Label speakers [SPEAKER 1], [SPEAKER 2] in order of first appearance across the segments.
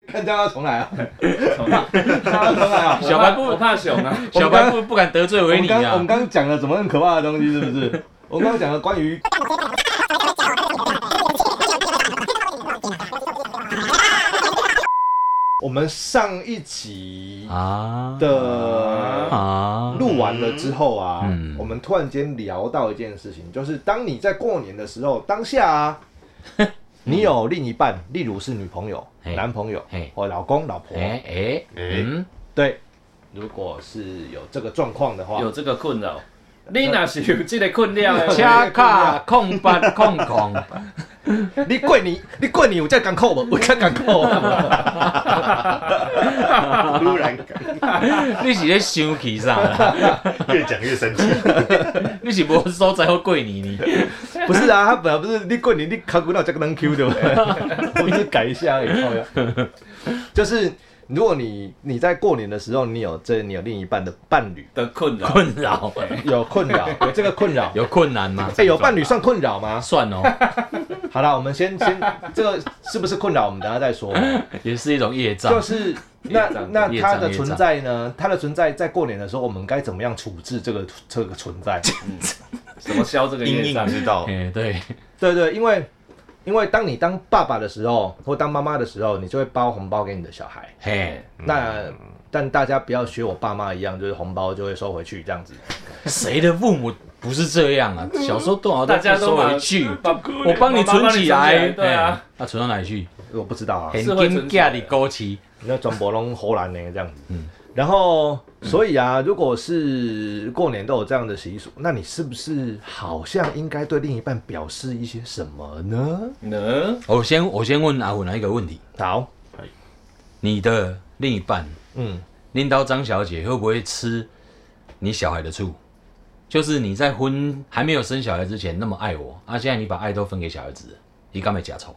[SPEAKER 1] 看叫他重来啊，
[SPEAKER 2] 重来
[SPEAKER 1] 叫他重来啊！
[SPEAKER 2] 小白不怕熊啊，
[SPEAKER 1] 我
[SPEAKER 2] 小
[SPEAKER 1] 们刚
[SPEAKER 2] 白不不敢得罪
[SPEAKER 1] 我
[SPEAKER 2] 维
[SPEAKER 1] 们
[SPEAKER 2] 尼
[SPEAKER 1] 刚我
[SPEAKER 2] 啊
[SPEAKER 1] 们。刚讲了什么很可怕的东西，是不 是？我们刚讲了关于 我们上一集
[SPEAKER 3] 啊
[SPEAKER 1] 的
[SPEAKER 3] 啊
[SPEAKER 1] 录完了之后啊，
[SPEAKER 3] 嗯
[SPEAKER 1] 我们突然间聊到一件事情，就是当你在过年的时候，当下 啊，你有另一半，例如是女朋友、
[SPEAKER 3] 嘿
[SPEAKER 1] 男朋友
[SPEAKER 3] 嘿
[SPEAKER 1] 或老公、老婆，
[SPEAKER 3] 哎哎嗯
[SPEAKER 1] 对，如果是有这个状况的话，
[SPEAKER 2] 有这个困扰，你若是有这个困扰的 话，
[SPEAKER 3] 掐卡空八空 空，
[SPEAKER 1] 你跪你，你跪你，我再敢扣我，我再敢扣。
[SPEAKER 4] 突然感
[SPEAKER 3] 你是咧生气啥 啦？
[SPEAKER 4] 越讲越生气，
[SPEAKER 3] 你是无所在好过年呢？
[SPEAKER 1] 不是啊，他本来不是你跪你，你扛不到这个能 Q 对不 对？我就改一下而已，哦靠呀就是如果你你在过年的时候，你有这你有另一半的伴侣
[SPEAKER 2] 的困扰，
[SPEAKER 3] 困扰
[SPEAKER 1] 有困 扰，有这个困扰，
[SPEAKER 3] 有困难吗
[SPEAKER 1] 哎、？有伴侣算困扰吗？
[SPEAKER 3] 算哦，
[SPEAKER 1] 好啦，我们先先这个是不是困扰，我们等一下再说。
[SPEAKER 3] 也是一种业障
[SPEAKER 1] 就。是那
[SPEAKER 2] 业障
[SPEAKER 1] 那
[SPEAKER 3] 业
[SPEAKER 1] 它
[SPEAKER 3] 障
[SPEAKER 1] 的
[SPEAKER 3] 业
[SPEAKER 1] 存
[SPEAKER 3] 障
[SPEAKER 1] 在呢？它的存在在过年的时候，我们该怎么样处置这个这个存在？
[SPEAKER 2] 怎么消这个业障？
[SPEAKER 4] 知道
[SPEAKER 3] 哎，对，
[SPEAKER 1] 对对，因为因为当你当爸爸的时候，或当妈妈的时候，你就会包红包给你的小孩。
[SPEAKER 3] 嘿，
[SPEAKER 1] 那但大家不要学我爸妈一样，就是红包就会收回去这样子。
[SPEAKER 3] 谁的父母不是这样啊？小时候多少
[SPEAKER 2] 大家
[SPEAKER 3] 收
[SPEAKER 2] 都把
[SPEAKER 3] 回去，
[SPEAKER 2] 把
[SPEAKER 3] 我帮你存起来，哎
[SPEAKER 2] 对啊，
[SPEAKER 3] 嘿，那存到哪里去？
[SPEAKER 1] 我不知道啊，
[SPEAKER 3] 很
[SPEAKER 2] 是会存
[SPEAKER 3] 金
[SPEAKER 2] 起来
[SPEAKER 3] 价
[SPEAKER 2] 的
[SPEAKER 3] 的勾起，
[SPEAKER 1] 那转博龙荷兰呢这样子。
[SPEAKER 3] 嗯
[SPEAKER 1] 然后所以啊，如果是过年都有这样的习俗，那你是不是好像应该对另一半表示一些什么呢？
[SPEAKER 2] 能
[SPEAKER 3] 哦我先我先问阿文啊来一个问题：
[SPEAKER 1] 好，
[SPEAKER 3] 你的另一半
[SPEAKER 1] 嗯，
[SPEAKER 3] 领导张小姐会不会吃你小孩的醋？就是你在婚还没有生小孩之前那么爱我，啊，现在你把爱都分给小孩子了，你干嘛假丑？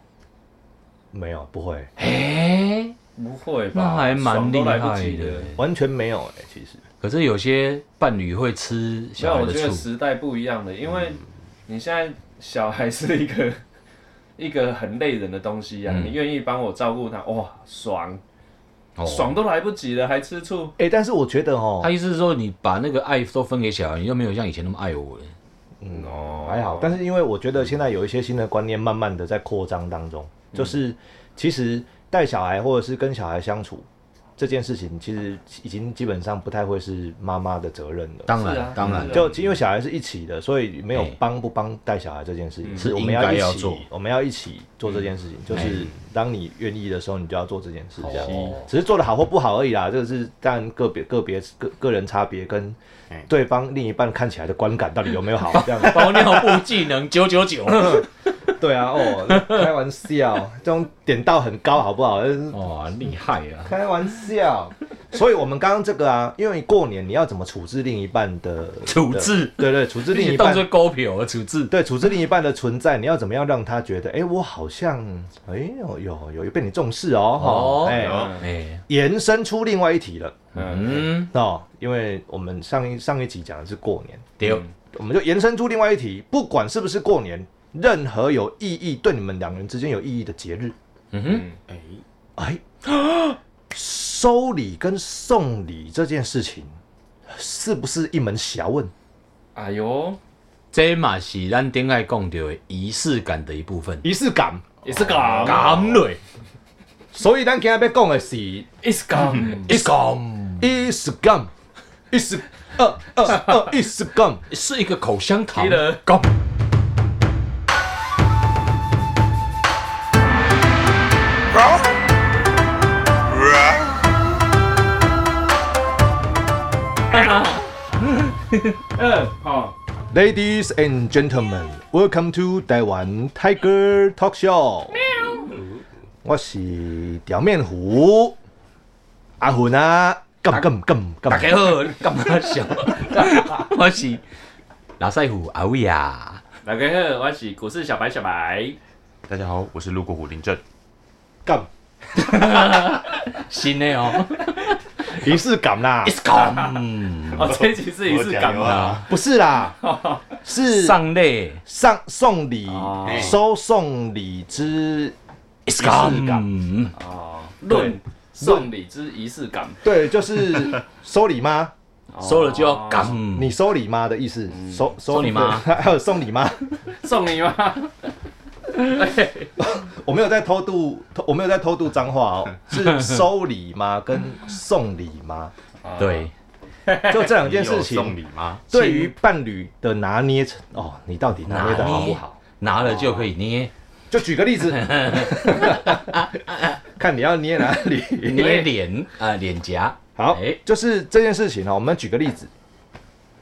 [SPEAKER 1] 没有，不会，
[SPEAKER 3] 哎、
[SPEAKER 2] 不会吧？
[SPEAKER 3] 嗯那还蛮
[SPEAKER 2] 爽都
[SPEAKER 3] 厉
[SPEAKER 2] 来不
[SPEAKER 3] 害
[SPEAKER 2] 及
[SPEAKER 3] 的
[SPEAKER 2] 了。。
[SPEAKER 1] 完全没有哎、其实
[SPEAKER 3] 可是有些伴侣会吃
[SPEAKER 2] 没有，
[SPEAKER 3] 小孩
[SPEAKER 2] 我
[SPEAKER 3] 的
[SPEAKER 2] 觉得
[SPEAKER 3] 醋，
[SPEAKER 2] 时代不一样的，因
[SPEAKER 3] 嗯
[SPEAKER 2] 为你现在小孩是一个 一个很累人的东西呀、啊，
[SPEAKER 3] 嗯
[SPEAKER 2] 你愿意帮我照顾他，哇，爽，
[SPEAKER 3] 哦
[SPEAKER 2] 爽都来不及了，还吃醋，
[SPEAKER 1] 哎、但是我觉得哦
[SPEAKER 3] 他，意思是说，你把那个爱都分给小孩，你又没有像以前那么爱我了。
[SPEAKER 1] 嗯
[SPEAKER 2] 哦
[SPEAKER 1] 还好，但是因为我觉得现在有一些新的观念，慢慢的在扩张当中，就是其实带小孩或者是跟小孩相处这件事情，其实已经基本上不太会是妈妈的责任了。
[SPEAKER 3] 当然，
[SPEAKER 2] 是啊
[SPEAKER 3] 当然
[SPEAKER 2] 是啊，
[SPEAKER 1] 就因为小孩是一起的，所以没有
[SPEAKER 3] 哎
[SPEAKER 1] 帮不帮带小孩这件事情，
[SPEAKER 2] 嗯
[SPEAKER 1] 是
[SPEAKER 3] 是
[SPEAKER 1] 我们要
[SPEAKER 3] 应
[SPEAKER 1] 一
[SPEAKER 3] 该要
[SPEAKER 1] 起
[SPEAKER 3] 做嗯哎
[SPEAKER 1] 我们要一起做这件事情。就是当你愿意的时候，你就要做这件事，这样。
[SPEAKER 3] 哦
[SPEAKER 1] 只是做的好或不好而已啦，这个是当然个别个别个个人差别跟
[SPEAKER 4] 哎
[SPEAKER 1] 对方另一半看起来的观感到底有没有 好这样。
[SPEAKER 3] 包尿布技能九九 九，
[SPEAKER 1] 对啊，哦，开玩笑，这种点到很高，好不好？呃
[SPEAKER 3] 哇，厉害啊！
[SPEAKER 1] 开玩笑，所以我们刚刚这个啊，因为过年你要怎么处置另一半的
[SPEAKER 3] 处置
[SPEAKER 1] 的对对，处置
[SPEAKER 3] 自
[SPEAKER 1] 另
[SPEAKER 3] 己
[SPEAKER 1] 一
[SPEAKER 3] 当
[SPEAKER 1] 半
[SPEAKER 3] 做，狗票而处置，
[SPEAKER 1] 对，处置另一半的存在，你要怎么样让他觉得，哎，我好像，哎，有有有被你重视哦，哈、
[SPEAKER 3] 哦
[SPEAKER 1] 哎，
[SPEAKER 4] 哦
[SPEAKER 3] 哎，
[SPEAKER 1] 延伸出另外一题了
[SPEAKER 2] 嗯，
[SPEAKER 3] 嗯，
[SPEAKER 1] 哦，因为我们上一上一集讲的是过年，
[SPEAKER 3] 对，
[SPEAKER 1] 我们就延伸出另外一题，不管是不是过年，任何有意义对你们两人之间有意义的节日，
[SPEAKER 3] 嗯哼，
[SPEAKER 2] 嗯，
[SPEAKER 4] 哎，
[SPEAKER 1] 哎，收礼跟送礼这件事情，是不是一门学问？
[SPEAKER 2] 哎呦，
[SPEAKER 3] 这嘛是咱顶爱讲到的仪式感的一部分。
[SPEAKER 1] 仪式感。
[SPEAKER 2] 也是港，
[SPEAKER 3] 感嘞，
[SPEAKER 1] 所以咱今日要讲的是仪
[SPEAKER 2] 也是港，
[SPEAKER 3] 仪式感
[SPEAKER 1] 式感，仪式，呃呃呃，仪式感。
[SPEAKER 3] 是一个口香糖
[SPEAKER 2] 记得，
[SPEAKER 3] 感
[SPEAKER 2] 嗯，好，
[SPEAKER 1] Ladies and gentlemen, welcome to Taiwan Tiger Talk Show。我是表面虎，阿หุ่啊，咁咁咁
[SPEAKER 3] 大
[SPEAKER 1] 咁。
[SPEAKER 3] 家好，你干嘛笑？我是拉塞虎阿伟啊，
[SPEAKER 2] 大家好，我是股市小白 小白，
[SPEAKER 4] 大家好，我是路过虎林镇，
[SPEAKER 1] 咁
[SPEAKER 3] 新的哦，
[SPEAKER 1] 仪式感啦
[SPEAKER 3] 仪，式感，
[SPEAKER 2] 哦，这一集是也是港
[SPEAKER 4] 我加油
[SPEAKER 2] 啊，
[SPEAKER 4] 啊
[SPEAKER 3] 啊
[SPEAKER 1] 不是啦，是
[SPEAKER 3] 上类
[SPEAKER 1] 上送礼、
[SPEAKER 2] 哦
[SPEAKER 1] 收送礼之仪
[SPEAKER 3] 仪式
[SPEAKER 1] 式
[SPEAKER 3] 感
[SPEAKER 1] 感，
[SPEAKER 3] 嗯
[SPEAKER 2] 哦，论送礼之仪式感，
[SPEAKER 1] 对，就是收礼妈，
[SPEAKER 3] 收了就要干，
[SPEAKER 1] 你收礼妈的意思，收
[SPEAKER 3] 嗯收你妈
[SPEAKER 1] 对 还有送礼妈。
[SPEAKER 2] 送你吗？
[SPEAKER 1] 我没有在偷渡，偷我没有在偷渡脏话哦，是收礼妈跟送礼妈，
[SPEAKER 3] 对，
[SPEAKER 1] 就这两件事
[SPEAKER 4] 你有送
[SPEAKER 1] 情，
[SPEAKER 4] 礼吗？
[SPEAKER 1] 对于伴侣的拿捏程哦，你到底拿捏的
[SPEAKER 3] 拿捏
[SPEAKER 1] 好不好？
[SPEAKER 3] 拿了就可以捏
[SPEAKER 1] 就举个例子，看你要捏哪里。
[SPEAKER 3] 捏脸啊脸颊，
[SPEAKER 1] 好
[SPEAKER 3] 哎，
[SPEAKER 1] 就是这件事情哦，我们举个例子，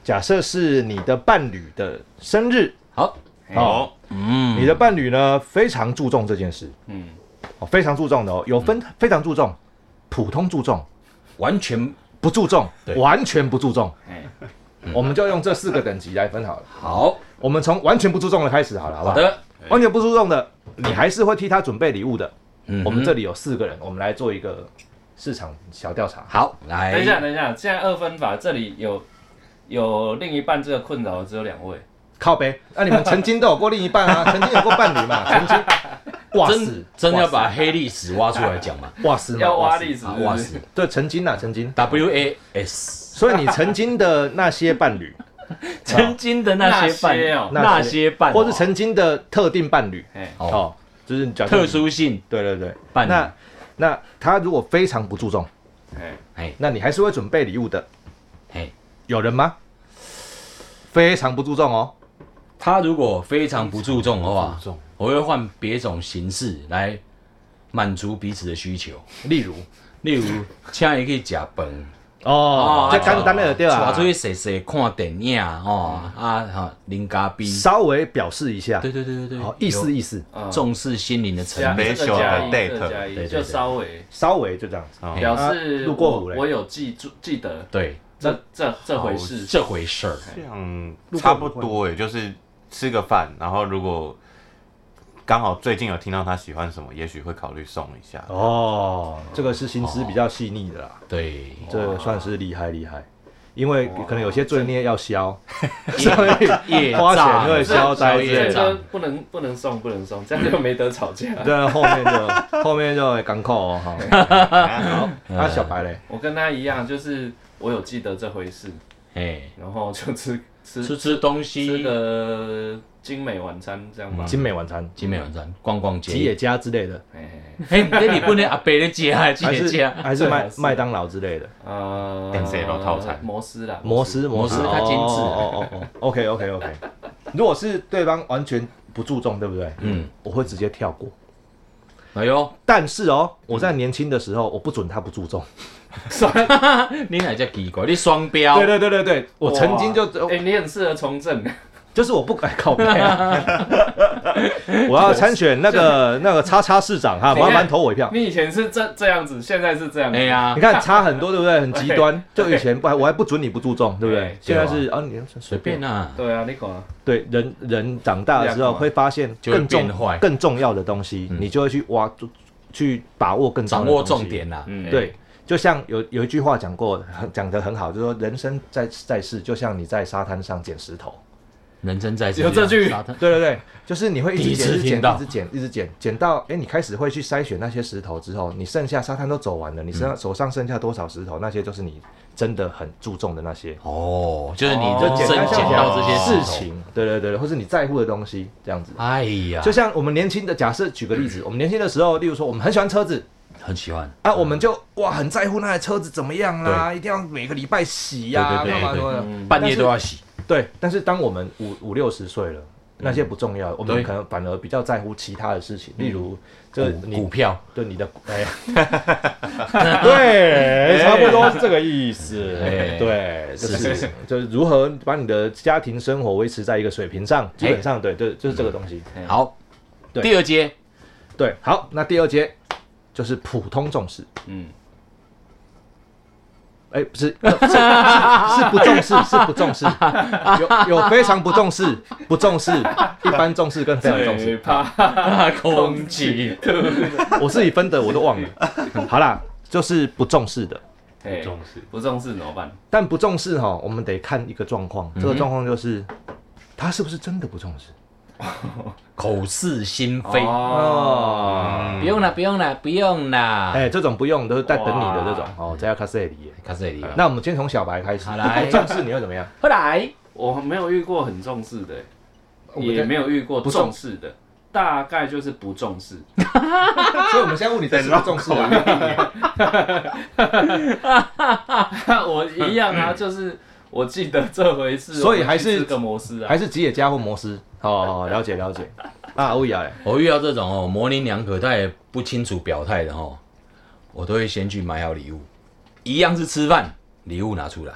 [SPEAKER 1] 假设是你的伴侣的生日
[SPEAKER 3] 好，
[SPEAKER 1] 哦，
[SPEAKER 3] 嗯，
[SPEAKER 1] 你的伴侣呢非常注重这件事，
[SPEAKER 2] 嗯，
[SPEAKER 1] 哦，非常注重的哦，有分非常注重，普通注重，
[SPEAKER 3] 完全
[SPEAKER 1] 不注重
[SPEAKER 3] 对，
[SPEAKER 1] 完全不注重，嗯
[SPEAKER 2] 哎，
[SPEAKER 1] 我们就用这四个等级来分好了。
[SPEAKER 3] 好
[SPEAKER 1] 我们从完全不注重的开始好了，好不
[SPEAKER 3] 好
[SPEAKER 1] 好？
[SPEAKER 3] 的，哎
[SPEAKER 1] 完全不注重的，你还是会替他准备礼物的。
[SPEAKER 3] 嗯哼
[SPEAKER 1] 我们这里有四个人，我们来做一个市场小调查。
[SPEAKER 3] 好来，
[SPEAKER 2] 等一下，等一下，现在二分法这里有有另一半这个困扰的只有两位，
[SPEAKER 1] 靠背，那、你们曾经都有过另一半啊， 曾经有过伴侣嘛，曾经。哇
[SPEAKER 3] 真
[SPEAKER 1] 死，
[SPEAKER 3] 真要把
[SPEAKER 1] 哇
[SPEAKER 3] 黑历史挖出来讲嘛？
[SPEAKER 1] 死哇死嘛
[SPEAKER 2] 要挖
[SPEAKER 1] 死
[SPEAKER 2] 历史
[SPEAKER 3] 啊，
[SPEAKER 2] 是
[SPEAKER 3] 哇
[SPEAKER 2] 不是
[SPEAKER 3] 塞
[SPEAKER 1] 对，曾经啊，曾经。
[SPEAKER 3] ，W A S，
[SPEAKER 1] 所以你曾经的那些伴 侣，
[SPEAKER 3] 曾经的那些
[SPEAKER 2] 那些
[SPEAKER 3] 伴
[SPEAKER 2] 哦，
[SPEAKER 3] 那些伴，
[SPEAKER 1] 或是曾经的特定伴侣，
[SPEAKER 2] 哎，
[SPEAKER 3] 哦，
[SPEAKER 1] 哦，就是假设你
[SPEAKER 3] 特，殊性
[SPEAKER 1] 对对对。
[SPEAKER 3] 伴侣，
[SPEAKER 1] 那那他如果非常不注重，
[SPEAKER 2] 哎，
[SPEAKER 3] 哎
[SPEAKER 1] 那你还是会准备礼物的。
[SPEAKER 3] 哎，
[SPEAKER 1] 有人吗？非常不注重哦。
[SPEAKER 3] 他如果非常不注重的话
[SPEAKER 4] 注重，
[SPEAKER 3] 我会换别种形式来满足彼此的需求，
[SPEAKER 1] 例如，
[SPEAKER 3] 例如，请伊去食饭，
[SPEAKER 1] 哦，这
[SPEAKER 3] 啊
[SPEAKER 1] 简单的对啊
[SPEAKER 3] 带，出去踅踅看电影，哦啊哈，啉咖啡，
[SPEAKER 1] 稍微表示一下，
[SPEAKER 3] 对对对对对
[SPEAKER 1] 好，哦意思
[SPEAKER 3] 有
[SPEAKER 1] 意思，
[SPEAKER 2] 嗯
[SPEAKER 3] 重视心灵的层
[SPEAKER 2] 加
[SPEAKER 3] 面，
[SPEAKER 2] 这个
[SPEAKER 4] Special
[SPEAKER 2] 加一，
[SPEAKER 4] date
[SPEAKER 2] 这个加
[SPEAKER 3] 对对
[SPEAKER 2] 一，
[SPEAKER 3] 对
[SPEAKER 2] 就稍微
[SPEAKER 1] 稍微就这样子。
[SPEAKER 4] 哦
[SPEAKER 2] 表
[SPEAKER 1] 啊
[SPEAKER 2] 示
[SPEAKER 1] 路过
[SPEAKER 2] 我
[SPEAKER 1] 虎嘞
[SPEAKER 2] 我有记住记得
[SPEAKER 3] 对，
[SPEAKER 2] 这这这回事，
[SPEAKER 3] 这回事儿，
[SPEAKER 4] 这样差不多诶，就是吃个饭，然后如果刚好最近有听到他喜欢什么，也许会考虑送一下。
[SPEAKER 1] 哦，这个是心思比较细腻的啦，
[SPEAKER 3] 对，
[SPEAKER 1] 这算是厉害厉害。因为可能有些罪孽要 消，所以
[SPEAKER 3] 业
[SPEAKER 1] 花
[SPEAKER 3] 障
[SPEAKER 1] 钱会消灾之类
[SPEAKER 3] 业
[SPEAKER 2] 这
[SPEAKER 1] 的
[SPEAKER 3] 障，
[SPEAKER 2] 个不能不能送不能送，这样就没得吵架。
[SPEAKER 1] 对，后面就 后面就会港口哦。 好，好那小白嘞，
[SPEAKER 2] 我跟他一样，就是我有记得这回事，
[SPEAKER 3] 哎，
[SPEAKER 2] 然后就吃吃
[SPEAKER 3] 吃吃东
[SPEAKER 2] 吃
[SPEAKER 3] 西，
[SPEAKER 2] 个精美晚餐这样吧。
[SPEAKER 1] 精美晚餐、
[SPEAKER 3] 今天晚上逛逛
[SPEAKER 1] 吉 野
[SPEAKER 3] 街，
[SPEAKER 1] 家之类的，
[SPEAKER 2] 嘿嘿嘿
[SPEAKER 3] 哎，这你不能阿伯的家，还吉
[SPEAKER 1] 还
[SPEAKER 3] 野
[SPEAKER 1] 是
[SPEAKER 3] 家，
[SPEAKER 1] 还是麦
[SPEAKER 2] 对是
[SPEAKER 1] 麦当劳之类的，
[SPEAKER 2] 呃，
[SPEAKER 4] 电视也都套餐
[SPEAKER 2] 摩斯啦，
[SPEAKER 1] 摩斯
[SPEAKER 3] 摩斯它
[SPEAKER 1] 哦
[SPEAKER 3] 精致
[SPEAKER 1] 哦哦哦，OK OK OK。如果是对方完全不注重，对不对？
[SPEAKER 3] 嗯，
[SPEAKER 1] 我会直接跳过。
[SPEAKER 3] 哎呦，
[SPEAKER 1] 但是哦，我在年轻的时候，我不准他不注重。
[SPEAKER 3] 你哪叫奇怪？你双标
[SPEAKER 1] 对，对对对对，我
[SPEAKER 2] 哇
[SPEAKER 1] 曾经就哦
[SPEAKER 2] 哎、你很适合从政，
[SPEAKER 1] 就是我不 敢靠背啊，我要参选那个那个叉叉市长哈，
[SPEAKER 2] 等一
[SPEAKER 1] 麻
[SPEAKER 2] 下
[SPEAKER 1] 烦投我一票。
[SPEAKER 2] 你以前是这这样子，现在是这样子。
[SPEAKER 3] 哎呀
[SPEAKER 1] 你，看差很多，对不对？很极端。就以前不还我还不准你不注重，对不对
[SPEAKER 2] 对？
[SPEAKER 1] 现在是啊，你
[SPEAKER 3] 随便啊，
[SPEAKER 2] 对啊，你讲啊，
[SPEAKER 1] 对人人长大了之后
[SPEAKER 2] 两个嘛
[SPEAKER 1] 会发现
[SPEAKER 3] 就会
[SPEAKER 1] 更重
[SPEAKER 3] 变坏
[SPEAKER 1] 更重要的东西，
[SPEAKER 3] 嗯
[SPEAKER 1] 你就会去挖就去把握更重要
[SPEAKER 3] 掌
[SPEAKER 1] 的
[SPEAKER 3] 握
[SPEAKER 1] 东西
[SPEAKER 3] 重。点啊哎啦，
[SPEAKER 2] 嗯，
[SPEAKER 1] 对，就像有有一句话讲过， 很讲得很好，就是说人生在在世，就像你在沙滩上捡石 头。
[SPEAKER 3] 人生在世啊
[SPEAKER 2] 有这句
[SPEAKER 3] 沙滩
[SPEAKER 1] 对对对，就是你会一直捡，
[SPEAKER 3] 第一
[SPEAKER 1] 一直
[SPEAKER 3] 次
[SPEAKER 1] 捡，
[SPEAKER 3] 听到
[SPEAKER 1] 一直捡，一直捡，捡到哎，诶你开始会去筛选那些石头之后，你剩下沙滩都走完了，你身
[SPEAKER 3] 嗯
[SPEAKER 1] 上、手上剩下多少石头，那些就是你真的很注重的那些。
[SPEAKER 3] 哦，就是你
[SPEAKER 2] 哦
[SPEAKER 1] 就
[SPEAKER 3] 人
[SPEAKER 1] 简
[SPEAKER 3] 生
[SPEAKER 1] 单
[SPEAKER 2] 真
[SPEAKER 1] 像
[SPEAKER 3] 捡到这些
[SPEAKER 1] 事
[SPEAKER 3] 石头，
[SPEAKER 1] 情，对对对，或是你在乎的东西，这样子。
[SPEAKER 3] 哎呀，
[SPEAKER 1] 就像我们年轻的，假设举个例
[SPEAKER 3] 嗯
[SPEAKER 1] 子，我们年轻的时候，例如说我们很喜欢车子
[SPEAKER 3] 很喜欢，
[SPEAKER 1] 啊，我们就哇很在乎那台车子怎么样啦，一定要每个礼拜洗呀，
[SPEAKER 3] 对
[SPEAKER 1] 干
[SPEAKER 3] 对对
[SPEAKER 1] 嘛什么的。
[SPEAKER 2] 嗯
[SPEAKER 3] 半夜都要洗，
[SPEAKER 1] 对，但是当我们五五六十岁了，那些不重要，我们
[SPEAKER 3] 对
[SPEAKER 1] 可能反而比较在乎其他的事情，例如这
[SPEAKER 3] 股
[SPEAKER 1] 你
[SPEAKER 3] 哦股票
[SPEAKER 1] 对你的哎 呀，对，差不多是这个意思
[SPEAKER 3] 哎。
[SPEAKER 1] 对，就是是就是如何把你的家庭生活维持在一个水平上，基本
[SPEAKER 3] 哎
[SPEAKER 1] 上对，对，就是这个东西。
[SPEAKER 2] 哎
[SPEAKER 3] 好，
[SPEAKER 1] 对
[SPEAKER 3] 第二阶
[SPEAKER 1] 对，好，那第二节就是普通重视。
[SPEAKER 2] 嗯，
[SPEAKER 1] 哎，不是，是是 不重视，是不重视，有有非常不重视，不重视，一般重视跟非常重视
[SPEAKER 2] 对，。怕
[SPEAKER 3] 空气，
[SPEAKER 1] 我自己分的我都忘了。好啦，就是不重视的，
[SPEAKER 2] 哎，
[SPEAKER 4] 重视
[SPEAKER 2] 不重视怎么办？
[SPEAKER 1] 但不
[SPEAKER 2] 嗯
[SPEAKER 1] 重视哈，我们得看一个状况，这个状况就是他是不是真的不重视？
[SPEAKER 3] 口是心非。
[SPEAKER 2] 哦，
[SPEAKER 3] 不用了，不用了，不用了。
[SPEAKER 1] 哎，这种不用都是在等你的这种
[SPEAKER 2] 哇
[SPEAKER 1] 哦，在要卡塞里耶。
[SPEAKER 3] 卡斯里，
[SPEAKER 1] 那我们先从小白开始，
[SPEAKER 3] 好来
[SPEAKER 1] 重视你又怎么样？
[SPEAKER 3] 后来
[SPEAKER 2] 我没有遇过很重视的、
[SPEAKER 1] 我们
[SPEAKER 2] 也
[SPEAKER 1] 在
[SPEAKER 2] 没有遇过
[SPEAKER 1] 不重
[SPEAKER 2] 重视的，大概就是不重视。
[SPEAKER 1] 所以我们现在问你，这是不是重视 啊？
[SPEAKER 2] 我一样啊，就是我记得这回事，
[SPEAKER 1] 所以还是
[SPEAKER 2] 这个摩斯啊
[SPEAKER 1] 还，是吉野家或摩斯？哦，了解了解。啊，欧雅嘞，
[SPEAKER 3] 我遇到这种哦，模棱两可，他也不清楚表态的哦，我都会先去买好礼物，一样是吃饭，礼物拿出来。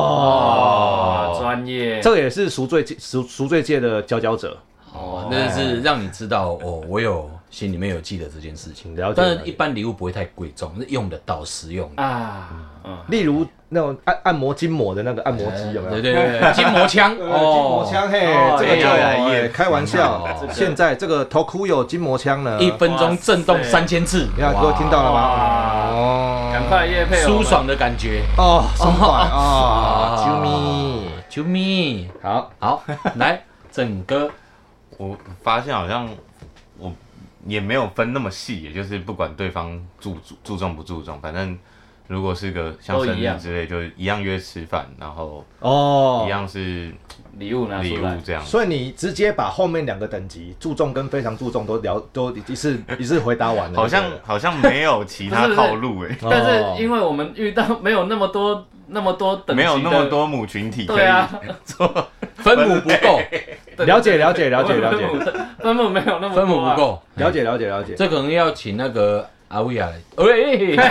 [SPEAKER 2] 哦，
[SPEAKER 1] 哦，
[SPEAKER 2] 专业
[SPEAKER 1] 这个也是赎罪界赎赎罪界的佼佼者，
[SPEAKER 3] 哦，那是让你知道哦，我有心里面有记得这件事情。
[SPEAKER 1] 请了解
[SPEAKER 3] 但
[SPEAKER 1] 了
[SPEAKER 3] 是一
[SPEAKER 1] 解。
[SPEAKER 3] 般礼物不会太贵重，是用得到、实用的。
[SPEAKER 2] 啊，嗯，
[SPEAKER 1] 例如那种按按摩筋膜的那个按摩机有没有
[SPEAKER 3] 对？对对，对筋膜枪
[SPEAKER 1] 呃
[SPEAKER 3] 哦，
[SPEAKER 1] 筋膜枪嘿
[SPEAKER 2] 哦，
[SPEAKER 1] 这个就
[SPEAKER 4] 哎呀
[SPEAKER 1] 哎
[SPEAKER 4] 也
[SPEAKER 1] 开玩笑
[SPEAKER 3] 哦这。
[SPEAKER 2] 个
[SPEAKER 1] 现在这个头箍有筋膜枪呢，
[SPEAKER 3] 一分钟震动
[SPEAKER 2] 哇塞
[SPEAKER 3] 三千次，
[SPEAKER 1] 你看各位听到了吗？
[SPEAKER 2] 哇
[SPEAKER 1] 哦，
[SPEAKER 2] 赶快叶配，
[SPEAKER 3] 舒爽的感觉。
[SPEAKER 1] 哦，松快啊，
[SPEAKER 3] 哦
[SPEAKER 1] 啾咪，
[SPEAKER 3] 救命！
[SPEAKER 1] 好，
[SPEAKER 3] 好，来，整哥，
[SPEAKER 4] 我发现好像我也没有分那么细，也就是不管对方注注注重不注重，反正如果是个像
[SPEAKER 2] 都一
[SPEAKER 4] 生日
[SPEAKER 2] 样
[SPEAKER 4] 之类，就一样约吃饭，然后
[SPEAKER 1] 哦
[SPEAKER 4] 一，样是
[SPEAKER 2] 礼物拿
[SPEAKER 4] 礼
[SPEAKER 2] 出
[SPEAKER 4] 物
[SPEAKER 2] 来，
[SPEAKER 4] 这样。
[SPEAKER 1] 所以你直接把后面两个等级注重跟非常注重都聊都一次一次回答完了，
[SPEAKER 4] 好像 好像没有其他
[SPEAKER 2] 不是不是
[SPEAKER 4] 套路哎、
[SPEAKER 1] 哦
[SPEAKER 2] 但是因为我们遇到没有那么多那么多等级的
[SPEAKER 4] 没有那么，多母群体可
[SPEAKER 2] 对
[SPEAKER 4] 以
[SPEAKER 2] 啊，
[SPEAKER 3] 分母不 够，
[SPEAKER 2] 对
[SPEAKER 1] 了解了解了解了解
[SPEAKER 2] 分母分母没有那么多啊
[SPEAKER 3] 分母 不，够，
[SPEAKER 1] 了解了解了解，
[SPEAKER 3] 这可能要请那个阿威亚啊 来。喂，
[SPEAKER 1] 哎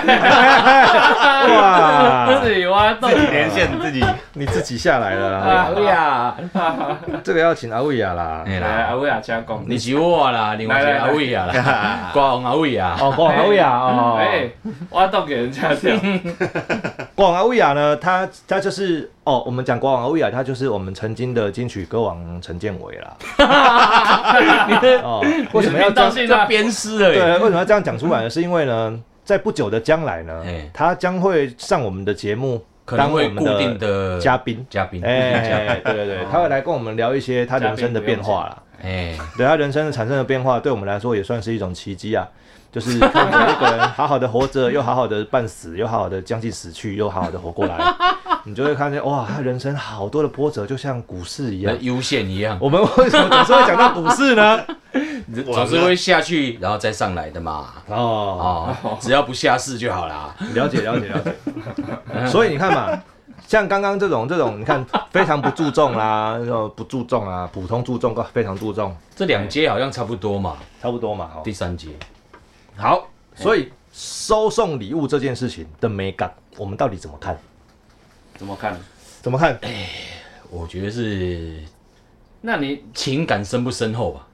[SPEAKER 2] 啊
[SPEAKER 1] 哇，
[SPEAKER 2] 自己挖洞
[SPEAKER 4] 自己连线自己。
[SPEAKER 1] 你自己下来了啦，
[SPEAKER 3] 哎阿威亚，
[SPEAKER 1] 这个要请啊阿维亚啦，
[SPEAKER 3] 哎
[SPEAKER 2] 来阿啊
[SPEAKER 3] 啦，
[SPEAKER 2] 维亚加工，
[SPEAKER 3] 你是我啦，另外一
[SPEAKER 2] 来来
[SPEAKER 3] 个
[SPEAKER 2] 来
[SPEAKER 3] 阿威 亚啦，挂红阿威啊亚。
[SPEAKER 1] 哦，广阿维亚哦，
[SPEAKER 2] 哎，挖洞给人家跳，
[SPEAKER 1] 广阿维亚呢，他他就是哦，我们讲广阿维亚，他就是我们曾经的金曲歌王陈建伟 啦。哦，为什么要这
[SPEAKER 2] 当
[SPEAKER 1] 样？
[SPEAKER 2] 现
[SPEAKER 3] 这
[SPEAKER 2] 在
[SPEAKER 3] 鞭尸而
[SPEAKER 1] 对，
[SPEAKER 3] 已。
[SPEAKER 1] 为什么要这样讲出来呢？是因为呢，在不久的将来呢
[SPEAKER 3] 哎，
[SPEAKER 1] 他将会上我们的节目，
[SPEAKER 3] 可能会
[SPEAKER 1] 当
[SPEAKER 3] 固
[SPEAKER 1] 我
[SPEAKER 3] 定
[SPEAKER 1] 们
[SPEAKER 3] 的
[SPEAKER 1] 嘉 宾。
[SPEAKER 3] 嘉宾，哦
[SPEAKER 1] 哎，对对对，他会来跟我们聊一些他人生的变化啦。
[SPEAKER 3] 哎，
[SPEAKER 1] 对他人生产生的变化，对我们来说也算是一种奇迹啊。就是 看着一个人好好的活着，又好好的半死，又好好的将近死去，又好好的活过来， 你就会看见哇，他人生好多的波折，就像股市一样
[SPEAKER 3] 跟。优线一样，
[SPEAKER 1] 我们为什么总是会讲到股市 呢？
[SPEAKER 3] 总是会下去然后再上来的嘛。
[SPEAKER 1] 哦，
[SPEAKER 3] 哦，只要不下市就好啦。
[SPEAKER 1] 了解了解了解。 所以你看嘛，像刚刚这种这种，你看非常不注重啦，那种不注重啊，普通注重跟非常注重，
[SPEAKER 3] 这两阶好像差不多嘛，
[SPEAKER 1] 差不多嘛。哦
[SPEAKER 3] 第三阶
[SPEAKER 1] 好，所以收送礼物这件事情的美感，我们到底怎么看？
[SPEAKER 2] 怎么看？
[SPEAKER 1] 怎么看？
[SPEAKER 3] 我觉得是
[SPEAKER 2] 那你
[SPEAKER 3] 情感深不深厚吧。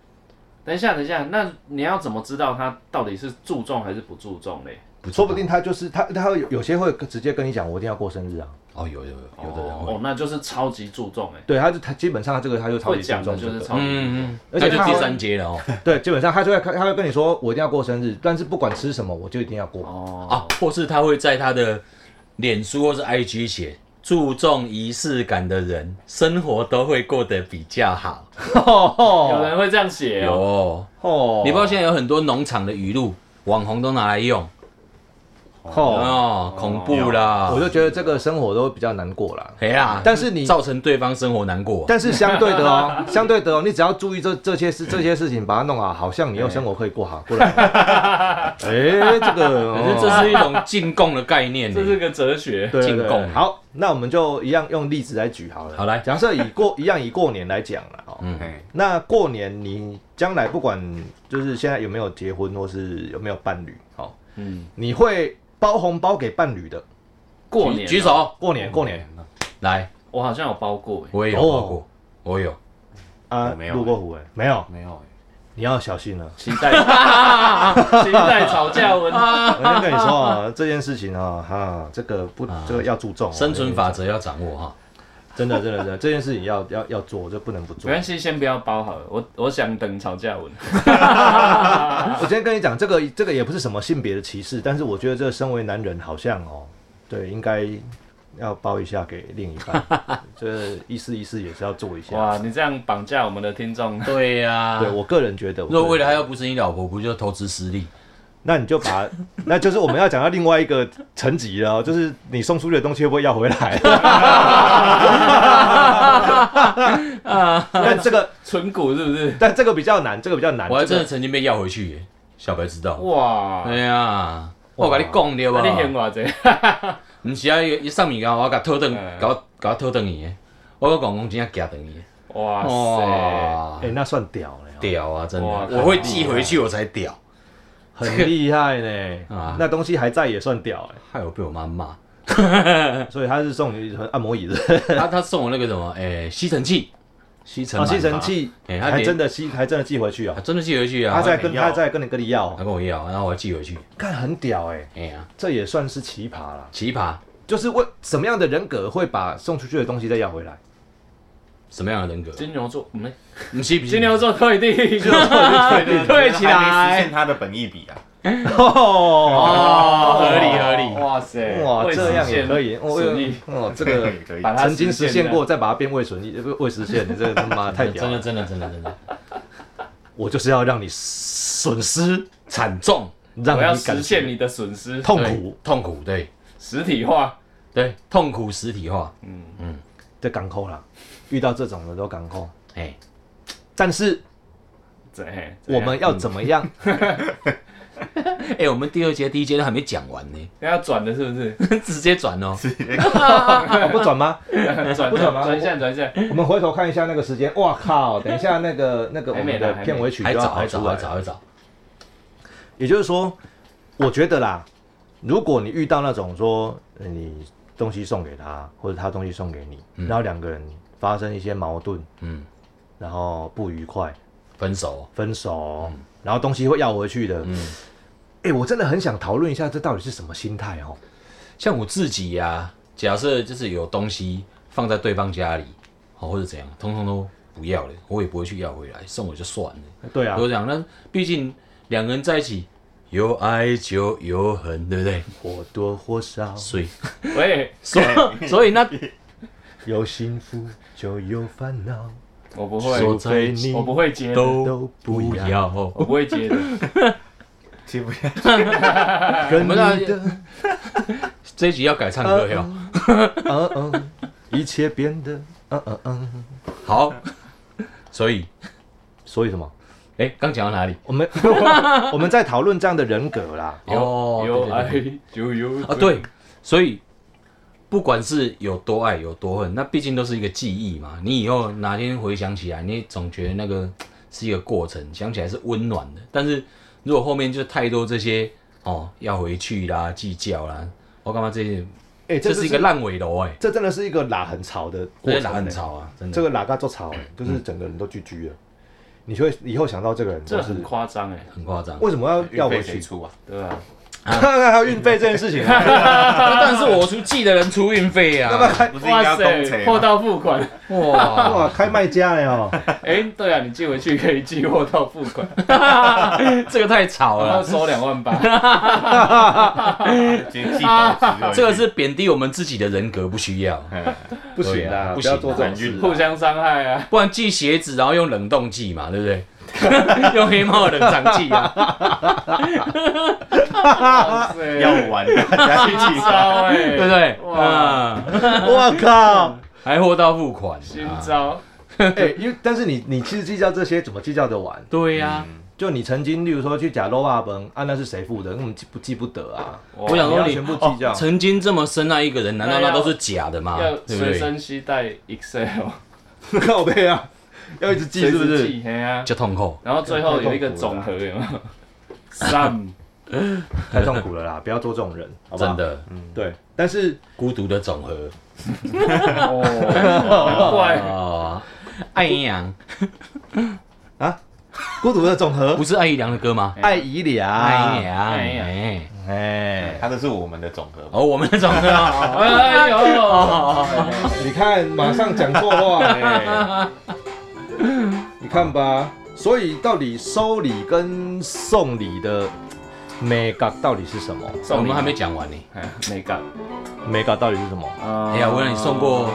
[SPEAKER 2] 等一下，等一下，那你要怎么知道他到底是注重还是不注重嘞？
[SPEAKER 3] 不知道
[SPEAKER 1] 说不定他就是他，他有有些会直接跟你讲，我一定要过生日啊。
[SPEAKER 3] 哦，有有有有的人
[SPEAKER 2] 哦
[SPEAKER 3] 会，，
[SPEAKER 2] 那就是超级注重哎，
[SPEAKER 1] 对，他就他基本上他这个他就超
[SPEAKER 2] 会
[SPEAKER 1] 级注
[SPEAKER 2] 讲的
[SPEAKER 1] 重
[SPEAKER 2] 就
[SPEAKER 1] 这
[SPEAKER 2] 是
[SPEAKER 1] 个，
[SPEAKER 2] 超级注重。
[SPEAKER 3] 嗯，
[SPEAKER 1] 而
[SPEAKER 3] 那
[SPEAKER 1] 且
[SPEAKER 3] 就
[SPEAKER 1] 他
[SPEAKER 3] 第三阶了哦。
[SPEAKER 1] 对，基本上他就会他会跟你说，我一定要过生日，但是不管吃什么，我就一定要过。
[SPEAKER 2] 哦，
[SPEAKER 3] 啊，或是他会在他的脸书或是 IG 写。注重仪式感的人，生活都会过得比较好。
[SPEAKER 2] 有
[SPEAKER 1] 哦
[SPEAKER 2] 人会这样写哦，
[SPEAKER 3] 有，
[SPEAKER 1] 哦
[SPEAKER 3] 你不知道现在有很多农场的语录，网红都拿来用
[SPEAKER 1] 哦，
[SPEAKER 3] 哦，恐怖啦！
[SPEAKER 1] 我就觉得这个生活都比较难过啦。
[SPEAKER 3] 哎呀，
[SPEAKER 1] 但是你
[SPEAKER 3] 造成对方生活难过，
[SPEAKER 1] 但是相对的哦，相对的哦，你只要注意这这些事这些事情，把它弄好，好像你又生活可以过好过来了。哎，这个
[SPEAKER 3] 可是
[SPEAKER 1] 哦
[SPEAKER 3] 这是一种进贡的概念呢
[SPEAKER 2] 哦这。是个哲学。
[SPEAKER 1] 对对
[SPEAKER 3] 进贡
[SPEAKER 1] 对，好，那我们就一样用例子来举好了。
[SPEAKER 3] 好来
[SPEAKER 1] 假设以过一样以过年来讲了哦，
[SPEAKER 4] 哎
[SPEAKER 1] 那过年你将来不管就是现在有没有结婚或是有没有伴侣，哦，
[SPEAKER 2] 嗯，
[SPEAKER 1] 你会包红包给伴侣的。
[SPEAKER 2] 过年哦
[SPEAKER 3] 举举，手
[SPEAKER 1] 过哎年过年
[SPEAKER 3] 来，
[SPEAKER 2] 我好像有包过哎，
[SPEAKER 3] 我也有
[SPEAKER 1] 哦
[SPEAKER 3] 包过，我有，
[SPEAKER 1] 啊，
[SPEAKER 4] 我没有
[SPEAKER 1] 路过虎哎，没有，
[SPEAKER 4] 没有
[SPEAKER 1] 你要小心了。
[SPEAKER 2] 期待期待吵架文，
[SPEAKER 1] 我先跟你说啊，这件事情啊，哈，这个不，
[SPEAKER 2] 啊
[SPEAKER 1] 这个要注重哦
[SPEAKER 3] 生存法，则要掌握哈。
[SPEAKER 1] 真的真的真的，这件事情要要要做，这不能不做
[SPEAKER 2] 没。关系，先不要包好了，我我想等吵架文。
[SPEAKER 1] 我今天跟你讲，这个这个也不是什么性别的歧视，但是我觉得这身为男人好像哦，对，应该要包一下给另一半，这一四一四也是要做一下。
[SPEAKER 2] 哇，你这样绑架我们的听众，
[SPEAKER 3] 对呀、
[SPEAKER 1] 对我个人觉得，我
[SPEAKER 3] 若
[SPEAKER 1] 个人
[SPEAKER 3] 为了他要不是你老婆，不就投资失利？
[SPEAKER 1] 那你就把，那就是我们要讲到另外一个层级了哦，就是你送出去的东西会不会要回 来？ 但这个，
[SPEAKER 2] 纯股是不是？
[SPEAKER 1] 但这个比较难，这个比较难。
[SPEAKER 3] 我还
[SPEAKER 1] 啊这
[SPEAKER 3] 真
[SPEAKER 1] 个
[SPEAKER 3] 的曾经被要回去耶，小白知道。
[SPEAKER 2] 哇，
[SPEAKER 3] 对呀，我跟你讲对
[SPEAKER 2] 那你嫌
[SPEAKER 3] 吧？
[SPEAKER 2] 我这，
[SPEAKER 3] 毋是啊，伊上面甲我甲讨顿
[SPEAKER 2] 哎，
[SPEAKER 3] 甲我甲我讨顿伊的，我讲讲真正夹顿伊的。
[SPEAKER 2] 哇塞，
[SPEAKER 3] 哇
[SPEAKER 1] 哎、，那算屌了哦、
[SPEAKER 3] 屌啊，真的
[SPEAKER 2] 哇，
[SPEAKER 3] 我会寄回去我才屌，
[SPEAKER 1] 很厉害呢、
[SPEAKER 3] 啊
[SPEAKER 1] 那东西还在也算屌哎、
[SPEAKER 3] 害我被我妈骂。
[SPEAKER 1] 所以他是送你按摩 椅的，
[SPEAKER 3] 他他送我那个什么，哎，吸尘器，吸尘
[SPEAKER 1] 哦，
[SPEAKER 3] 螨
[SPEAKER 1] 吸尘
[SPEAKER 3] 吧，
[SPEAKER 1] 器
[SPEAKER 3] 哎他
[SPEAKER 1] 还
[SPEAKER 3] 连
[SPEAKER 1] 真的吸，还真的寄回去哦
[SPEAKER 3] 啊。真的寄回去啊。
[SPEAKER 1] 他在跟
[SPEAKER 4] 要
[SPEAKER 1] 他在跟你跟你要
[SPEAKER 3] 他
[SPEAKER 1] 哦，
[SPEAKER 3] 跟我要，然后我寄回去。
[SPEAKER 1] 看很屌哎、
[SPEAKER 3] 哎呀，
[SPEAKER 1] 这也算是奇葩啦。
[SPEAKER 3] 奇葩，
[SPEAKER 1] 就是为什么样的人格会把送出去的东西再要回来？
[SPEAKER 3] 什么样的人格？
[SPEAKER 2] 金牛座，嗯，
[SPEAKER 3] 你是不是
[SPEAKER 2] 金牛座退地，
[SPEAKER 4] 对
[SPEAKER 3] 对起来
[SPEAKER 4] 还没实现他的本意比啊，
[SPEAKER 3] 哦，合理合理。
[SPEAKER 2] 哇塞，
[SPEAKER 1] 哇，这样也可
[SPEAKER 2] 以，
[SPEAKER 1] 以，
[SPEAKER 2] 未实现
[SPEAKER 1] 哦，这个
[SPEAKER 4] 可以
[SPEAKER 2] 把它
[SPEAKER 1] 曾经实现
[SPEAKER 2] 的
[SPEAKER 1] 过，再把它变未损益，呃不未实现，你这个他妈太屌
[SPEAKER 3] 真
[SPEAKER 1] 了！
[SPEAKER 3] 的真的真的真的
[SPEAKER 1] 我就是要让你损失，
[SPEAKER 3] 惨重
[SPEAKER 1] 让
[SPEAKER 2] 我要
[SPEAKER 1] 你感
[SPEAKER 2] 实
[SPEAKER 1] 觉
[SPEAKER 2] 现你的损失，
[SPEAKER 1] 痛
[SPEAKER 3] 对
[SPEAKER 1] 苦
[SPEAKER 3] 痛苦，对
[SPEAKER 2] 实体化，
[SPEAKER 3] 对，痛苦实体化，
[SPEAKER 1] 的港口啦。遇到这种的都港口，
[SPEAKER 3] 哎，
[SPEAKER 1] 但是
[SPEAKER 2] 怎怎
[SPEAKER 1] 我
[SPEAKER 2] 样
[SPEAKER 1] 们要怎么样？
[SPEAKER 3] 哎、我们第二节、第一节都还没讲完呢，
[SPEAKER 2] 要转的是不是？
[SPEAKER 3] 直接转哦。
[SPEAKER 1] 哦不转吗？
[SPEAKER 2] 转
[SPEAKER 1] 不转吗
[SPEAKER 2] 转一下，转一下，
[SPEAKER 1] 我们回头看一下那个时间，哇靠！等一下那个那个我
[SPEAKER 2] 还没
[SPEAKER 1] 们
[SPEAKER 2] 啦
[SPEAKER 1] 的
[SPEAKER 2] 还没
[SPEAKER 1] 片尾曲就
[SPEAKER 3] 还
[SPEAKER 1] 要
[SPEAKER 3] 早，
[SPEAKER 1] 跑
[SPEAKER 3] 还早，
[SPEAKER 1] 出
[SPEAKER 3] 还
[SPEAKER 1] 来，
[SPEAKER 3] 早，还早。
[SPEAKER 1] 也就是说，我觉得啦，如果你遇到那种说呃你东西送给他，或者他东西送给你，然后两个人发生一些矛盾，
[SPEAKER 3] 嗯，
[SPEAKER 1] 然后不愉快、
[SPEAKER 3] 分手，哦
[SPEAKER 1] 分手，然后东西会要回去的，嗯，哎、我真的很想讨论一下这到底是什么心态哦。
[SPEAKER 3] 像我自己呀、假设就是有东西放在对方家里，哦，或者怎样，通通都不要了，我也不会去要回来，送我就算了。
[SPEAKER 1] 对啊
[SPEAKER 3] 我，讲，那毕竟两个人在一起，有爱就有恨，对不对？
[SPEAKER 1] 或多或少
[SPEAKER 3] 所以，
[SPEAKER 2] 喂，
[SPEAKER 3] 所以，所以那
[SPEAKER 1] 有幸福就有烦恼，
[SPEAKER 2] 我不
[SPEAKER 3] 说
[SPEAKER 2] 会，
[SPEAKER 1] 除非你
[SPEAKER 2] 我不会接的，
[SPEAKER 3] 都不要。哦
[SPEAKER 2] 我不会接的，
[SPEAKER 4] 其实不 要
[SPEAKER 1] 跟
[SPEAKER 3] 我
[SPEAKER 1] 你
[SPEAKER 3] 们那
[SPEAKER 1] 的。
[SPEAKER 3] 这一集要改唱歌哟。
[SPEAKER 1] 嗯嗯，一切变得嗯嗯嗯。
[SPEAKER 3] 好， 所以，
[SPEAKER 1] 所以什么？
[SPEAKER 3] 哎、刚讲到哪里？
[SPEAKER 1] 我们 我我们在讨论这样的人格 啦。
[SPEAKER 2] 有
[SPEAKER 3] 哦
[SPEAKER 2] 有爱就有
[SPEAKER 3] 哎啊，对，所以不管是有多爱有多恨，那毕竟都是一个记忆嘛。你以后哪天回想起来，你总觉得那个是一个过程，想起来是温暖的。但是如果后面就太多这些哦，要回去啦、计较啦，我干嘛这些？
[SPEAKER 1] 哎、
[SPEAKER 3] 这
[SPEAKER 1] 就是
[SPEAKER 3] 一个，烂尾楼哎、
[SPEAKER 1] 这真的是一个拉很潮的
[SPEAKER 3] 我
[SPEAKER 1] 过
[SPEAKER 3] 觉
[SPEAKER 1] 程、欸
[SPEAKER 3] 得打很。吵啊，真的。
[SPEAKER 1] 这个拉嘎做潮、欸就是整个人都居居了。你就会以后想到这个人，
[SPEAKER 2] 这
[SPEAKER 1] 就是
[SPEAKER 2] 很夸张哎，
[SPEAKER 3] 很 夸张，
[SPEAKER 1] 为什么要要回
[SPEAKER 4] 运费谁
[SPEAKER 1] 去？
[SPEAKER 4] 出啊？
[SPEAKER 2] 对吧？
[SPEAKER 1] 还有运费这件事情啊，
[SPEAKER 3] 那当然是我出寄的人出运费 啊！
[SPEAKER 4] 哎不是应该要啊工程
[SPEAKER 2] 货
[SPEAKER 4] 吗？
[SPEAKER 2] 到付款，
[SPEAKER 3] 哇，
[SPEAKER 1] 哇，开卖家了哦。
[SPEAKER 2] 哎，对啊，你寄回去可以寄货到付款，
[SPEAKER 3] 这个太吵
[SPEAKER 2] 然后
[SPEAKER 3] 了，
[SPEAKER 2] 收两万八，
[SPEAKER 4] 今天寄保值
[SPEAKER 2] 啊
[SPEAKER 4] 回去
[SPEAKER 3] 这个是贬低我们自己的人格，不需要。
[SPEAKER 4] 嗯
[SPEAKER 1] 不行
[SPEAKER 3] 对
[SPEAKER 1] 啦，
[SPEAKER 3] 啊
[SPEAKER 1] 不
[SPEAKER 3] 不
[SPEAKER 1] 要
[SPEAKER 3] 行
[SPEAKER 1] 做这 种事。
[SPEAKER 2] 互相伤害 啊，
[SPEAKER 3] 不然寄鞋子，然后用冷冻剂嘛，对不对？ 用黑猫的冷藏剂啊，
[SPEAKER 2] 哇塞，
[SPEAKER 4] 要玩大家一起 玩。
[SPEAKER 2] 招哎，
[SPEAKER 3] 对不对？
[SPEAKER 2] 哇
[SPEAKER 3] 嗯，
[SPEAKER 1] 我靠！
[SPEAKER 3] 还货到付款、
[SPEAKER 2] 新
[SPEAKER 3] 啊，
[SPEAKER 2] 招，
[SPEAKER 1] 哎，因为但是你你其实计较这些，怎么计较得完？
[SPEAKER 3] 对呀、
[SPEAKER 2] 嗯
[SPEAKER 1] 就你曾经，例如说去假肉啊本啊，那是谁付的？根本记不记不得啊？
[SPEAKER 2] 哇
[SPEAKER 3] 我想
[SPEAKER 1] 你
[SPEAKER 3] 说
[SPEAKER 1] 要
[SPEAKER 3] 你哦
[SPEAKER 1] 全部计较。
[SPEAKER 3] 曾经这么深爱一个人，难道那都是假的吗？
[SPEAKER 2] 要
[SPEAKER 3] 啊对不
[SPEAKER 2] 随
[SPEAKER 3] 对？
[SPEAKER 2] 身携带 Excel，
[SPEAKER 1] 靠背啊，要一直记是不
[SPEAKER 2] 随时
[SPEAKER 1] 是？
[SPEAKER 2] 记？嘿啊，
[SPEAKER 3] 就痛苦，
[SPEAKER 2] 然后最后有一个总和有没有？ 三，
[SPEAKER 1] 太痛苦了啦， 不要做这种人，好不好？
[SPEAKER 3] 真的
[SPEAKER 1] 嗯对，但是
[SPEAKER 3] 孤独的总和
[SPEAKER 2] 哦，怪，
[SPEAKER 3] 啊！艾怡良
[SPEAKER 1] 啊，孤独的总和
[SPEAKER 3] 不，是艾怡良的歌吗？
[SPEAKER 1] 爱姨
[SPEAKER 2] 啊
[SPEAKER 3] 艾
[SPEAKER 1] 俩，
[SPEAKER 3] 怡良，
[SPEAKER 2] 艾怡良
[SPEAKER 3] 哎，
[SPEAKER 1] 哎，
[SPEAKER 4] 他这是我们的总和吧，
[SPEAKER 3] 哦，我们的总和啊，
[SPEAKER 2] 哎呦，
[SPEAKER 1] 你看，马上讲错话，哎，你看吧。所以到底收礼跟送礼的美感到底是什么？
[SPEAKER 3] 我
[SPEAKER 2] 送你
[SPEAKER 3] 们还没讲完呢。
[SPEAKER 2] 哎没干。
[SPEAKER 1] 美感到底是什么？
[SPEAKER 2] 啊
[SPEAKER 3] 哎呀我让你送过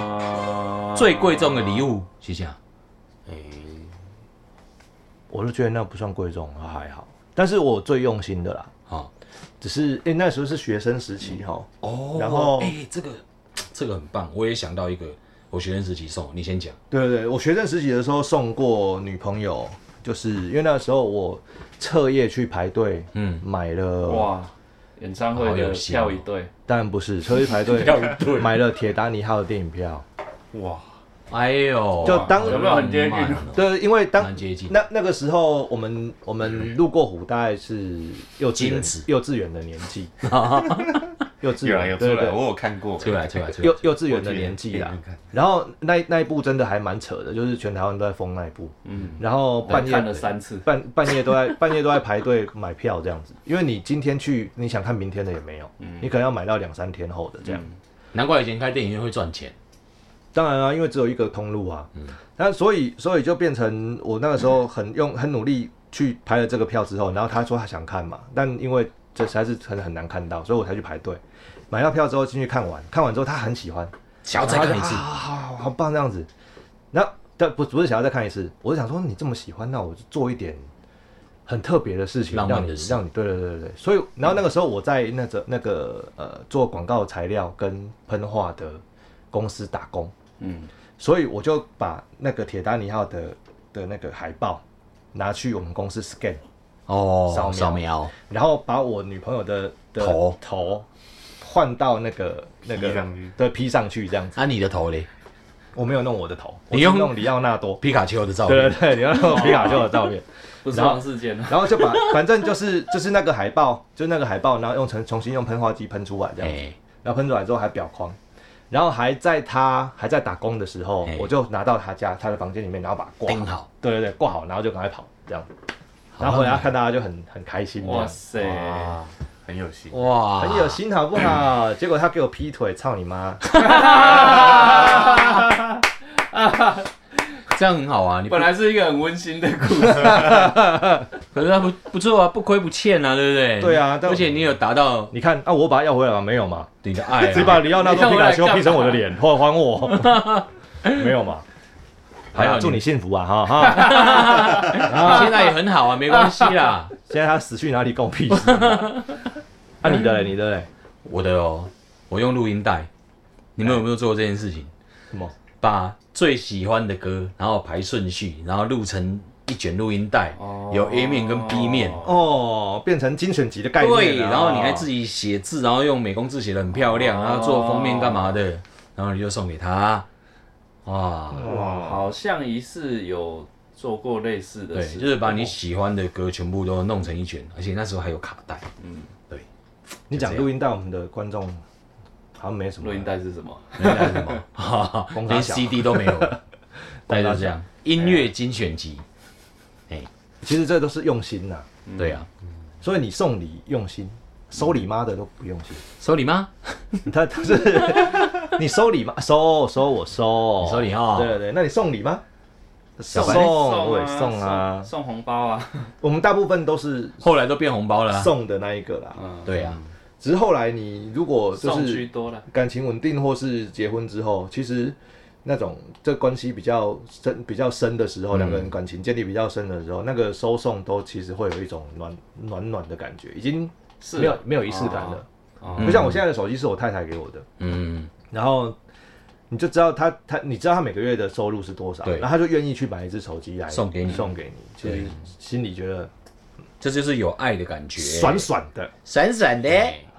[SPEAKER 3] 最贵重的礼物是啥？
[SPEAKER 1] 我就觉得那不算贵重，还好。但是我最用心的啦，
[SPEAKER 3] 好
[SPEAKER 1] 只是诶、那时候是学生时期哈，
[SPEAKER 3] 哦
[SPEAKER 1] 然后
[SPEAKER 3] 哎，这个这个很棒，我也想到一个，我学生时期送，你先讲。
[SPEAKER 1] 对对对，我学生时期的时候送过女朋友，就是因为那时候我彻夜去排队，
[SPEAKER 3] 嗯，
[SPEAKER 1] 买了，
[SPEAKER 2] 哇，演唱会
[SPEAKER 3] 好
[SPEAKER 2] 的
[SPEAKER 3] 有心哦
[SPEAKER 2] 票一对，
[SPEAKER 1] 当然不是彻夜排队
[SPEAKER 3] 要一对
[SPEAKER 1] 买了铁达尼号的电影票，
[SPEAKER 4] 哇，
[SPEAKER 3] 哎呦，
[SPEAKER 1] 就当
[SPEAKER 2] 有没有很接近
[SPEAKER 3] 浪漫哦
[SPEAKER 1] 对，因为当
[SPEAKER 3] 蛮接近
[SPEAKER 1] 那那个时候我们我们路过湖大概是幼稚园
[SPEAKER 3] 精子
[SPEAKER 1] 幼稚园的年纪，幼稚
[SPEAKER 4] 有啊有
[SPEAKER 1] 园
[SPEAKER 4] 出
[SPEAKER 1] 对
[SPEAKER 4] 来，
[SPEAKER 1] 对
[SPEAKER 4] 我有看过，
[SPEAKER 3] 出来出来出来
[SPEAKER 1] 幼，幼稚园的年纪啦
[SPEAKER 4] 我去年看。
[SPEAKER 1] 然后那那一部真的还蛮扯的，就是全台湾都在疯那一部。
[SPEAKER 2] 嗯，
[SPEAKER 1] 然后
[SPEAKER 2] 我
[SPEAKER 1] 半夜
[SPEAKER 2] 看了三次，
[SPEAKER 1] 半半夜都在 半夜都在排队买票这样子，因为你今天去，你想看明天的也没有，
[SPEAKER 2] 嗯
[SPEAKER 1] 你可能要买到两三天后的这样。
[SPEAKER 3] 难怪以前开电影院会赚钱。
[SPEAKER 1] 当然啊，因为只有一个通路啊，
[SPEAKER 2] 嗯
[SPEAKER 1] 那所以所以就变成我那个时候很用很努力去排了这个票之后，然后他说他想看嘛，但因为这实在是很很难看到，所以我才去排队。买到票之后进去看完，看完之后他很喜欢，
[SPEAKER 3] 想要再
[SPEAKER 1] 然后
[SPEAKER 3] 看一
[SPEAKER 1] 他就啊，
[SPEAKER 3] 次
[SPEAKER 1] 好好好好棒这样子。那但不不是想要再看一次，我是想说你这么喜欢，那我就做一点很特别的事情，
[SPEAKER 3] 浪漫
[SPEAKER 1] 让
[SPEAKER 3] 的
[SPEAKER 1] 你
[SPEAKER 3] 事
[SPEAKER 1] 让你对对对对对。所以然后那个时候我在那个那个呃做广告材料跟喷画的公司打工，
[SPEAKER 2] 嗯，
[SPEAKER 1] 所以我就把那个铁达尼号的的那个海报拿去我们公司 scan，扫
[SPEAKER 3] 哦
[SPEAKER 1] 描，
[SPEAKER 3] 扫描，
[SPEAKER 1] 然后把我女朋友的的
[SPEAKER 3] 头
[SPEAKER 1] 头换到那个那个
[SPEAKER 4] 披上去
[SPEAKER 1] 对披上去这样子。
[SPEAKER 3] 啊，你的头嘞？
[SPEAKER 1] 我没有弄我的头，
[SPEAKER 3] 你
[SPEAKER 1] 我是
[SPEAKER 3] 用
[SPEAKER 1] 弄里奥纳多，
[SPEAKER 3] 皮卡丘的照
[SPEAKER 1] 对对
[SPEAKER 3] 片，
[SPEAKER 1] 对，你要弄皮卡丘的照片，
[SPEAKER 2] 不是
[SPEAKER 1] 然后
[SPEAKER 2] 王世坚 啊，
[SPEAKER 1] 然后就把反正就是就是那个海报，就是那个海报，然后用重重新用喷花机喷出来这样，
[SPEAKER 3] 哎，
[SPEAKER 1] 然后喷出来之后还裱框，然后还在他还在打工的时候
[SPEAKER 3] 哎，
[SPEAKER 1] 我就拿到他家他的房间里面，然后把它挂，
[SPEAKER 3] 钉好，
[SPEAKER 1] 对对对，挂好，然后就赶快跑这样，然后回来看大家就很很开心这
[SPEAKER 2] 哇
[SPEAKER 1] 样。
[SPEAKER 2] 塞，
[SPEAKER 4] 哇，哎很有 心，
[SPEAKER 3] 哇，
[SPEAKER 1] 很有心好不好？结果他给我劈腿，操你妈！
[SPEAKER 3] 这样很好啊。你不
[SPEAKER 2] 本来是一个很温馨的故事，
[SPEAKER 3] 可是他不不错啊，不亏不欠啊，对不对？
[SPEAKER 1] 对啊但
[SPEAKER 3] 而且你有达到
[SPEAKER 1] 你看啊，我把他要回来吗？没有嘛，
[SPEAKER 3] 你的爱啊，
[SPEAKER 1] 只把里奥纳多皮卡丘劈成我的脸，或还我， 没有嘛？
[SPEAKER 3] 还好
[SPEAKER 1] 好啦祝你幸福啊哈哈！
[SPEAKER 3] 你现在也很好啊，没关系啦。
[SPEAKER 1] 现在他死去哪里关我屁 事？啊，你的嘞，你的嘞，
[SPEAKER 3] 我的哦，我用录音带，你们有没有做过这件事情？
[SPEAKER 1] 什么？
[SPEAKER 3] 把最喜欢的歌，然后排顺序，然后录成一卷录音带，哦有 A 面跟 B 面。
[SPEAKER 1] 哦，变成精选集的概念了啊
[SPEAKER 3] 对，然后你还自己写字，然后用美工字写的很漂亮，
[SPEAKER 2] 哦
[SPEAKER 3] 然后做封面干嘛的，然后你就送给他，哇，
[SPEAKER 1] 嗯
[SPEAKER 2] 哇，好像疑似有做过类似的
[SPEAKER 3] 对，
[SPEAKER 2] 事，
[SPEAKER 3] 就是把你喜欢的歌全部都弄成一卷，而且那时候还有卡带，
[SPEAKER 2] 嗯
[SPEAKER 3] 对，
[SPEAKER 1] 你讲录音带，我们的观众好像没什么啊
[SPEAKER 2] 录音带是什么？
[SPEAKER 3] 那叫什么哈哈
[SPEAKER 1] 公，大
[SPEAKER 3] 连
[SPEAKER 1] 小
[SPEAKER 3] CD 都没 有了，大概就这样，音乐精选集，
[SPEAKER 1] 其实这都是用心呐、
[SPEAKER 2] 嗯
[SPEAKER 3] 对啊，
[SPEAKER 1] 所以你送礼用心，收礼妈的都不用 心。
[SPEAKER 3] 收礼吗？
[SPEAKER 1] 他他是 你收礼吗？收收我收，
[SPEAKER 3] 你收礼哦
[SPEAKER 1] 对对对，那你送礼吗？啊送
[SPEAKER 3] 白
[SPEAKER 1] 我也送啊。
[SPEAKER 2] 啊送红包啊，
[SPEAKER 1] 我们大部分都是
[SPEAKER 3] 后来都变红包了啊，
[SPEAKER 1] 送的那一个啦。
[SPEAKER 2] 嗯，
[SPEAKER 3] 对啊，
[SPEAKER 1] 只是后来你如果就
[SPEAKER 2] 送居
[SPEAKER 1] 是
[SPEAKER 2] 多了，
[SPEAKER 1] 感情稳定或是结婚之后，其实那种这关系比较深、比较深的
[SPEAKER 2] 嗯
[SPEAKER 1] 时候，两个人感情建立比较深的时候，那个收送都其实会有一种暖暖暖的感觉，已经
[SPEAKER 2] 是啊
[SPEAKER 1] 没有没有仪式感了。
[SPEAKER 2] 哦
[SPEAKER 1] 不像我现在的手机是我啊太太给我的，
[SPEAKER 3] 嗯，
[SPEAKER 1] 然后你就知道他他你知道他每个月的收入是多少，
[SPEAKER 3] 对
[SPEAKER 1] 然后他就愿意去买一只手机来
[SPEAKER 3] 送给你
[SPEAKER 1] 送给你，其实心里觉得
[SPEAKER 3] 这就是有爱的感觉，
[SPEAKER 1] 爽爽的，
[SPEAKER 3] 闪闪的，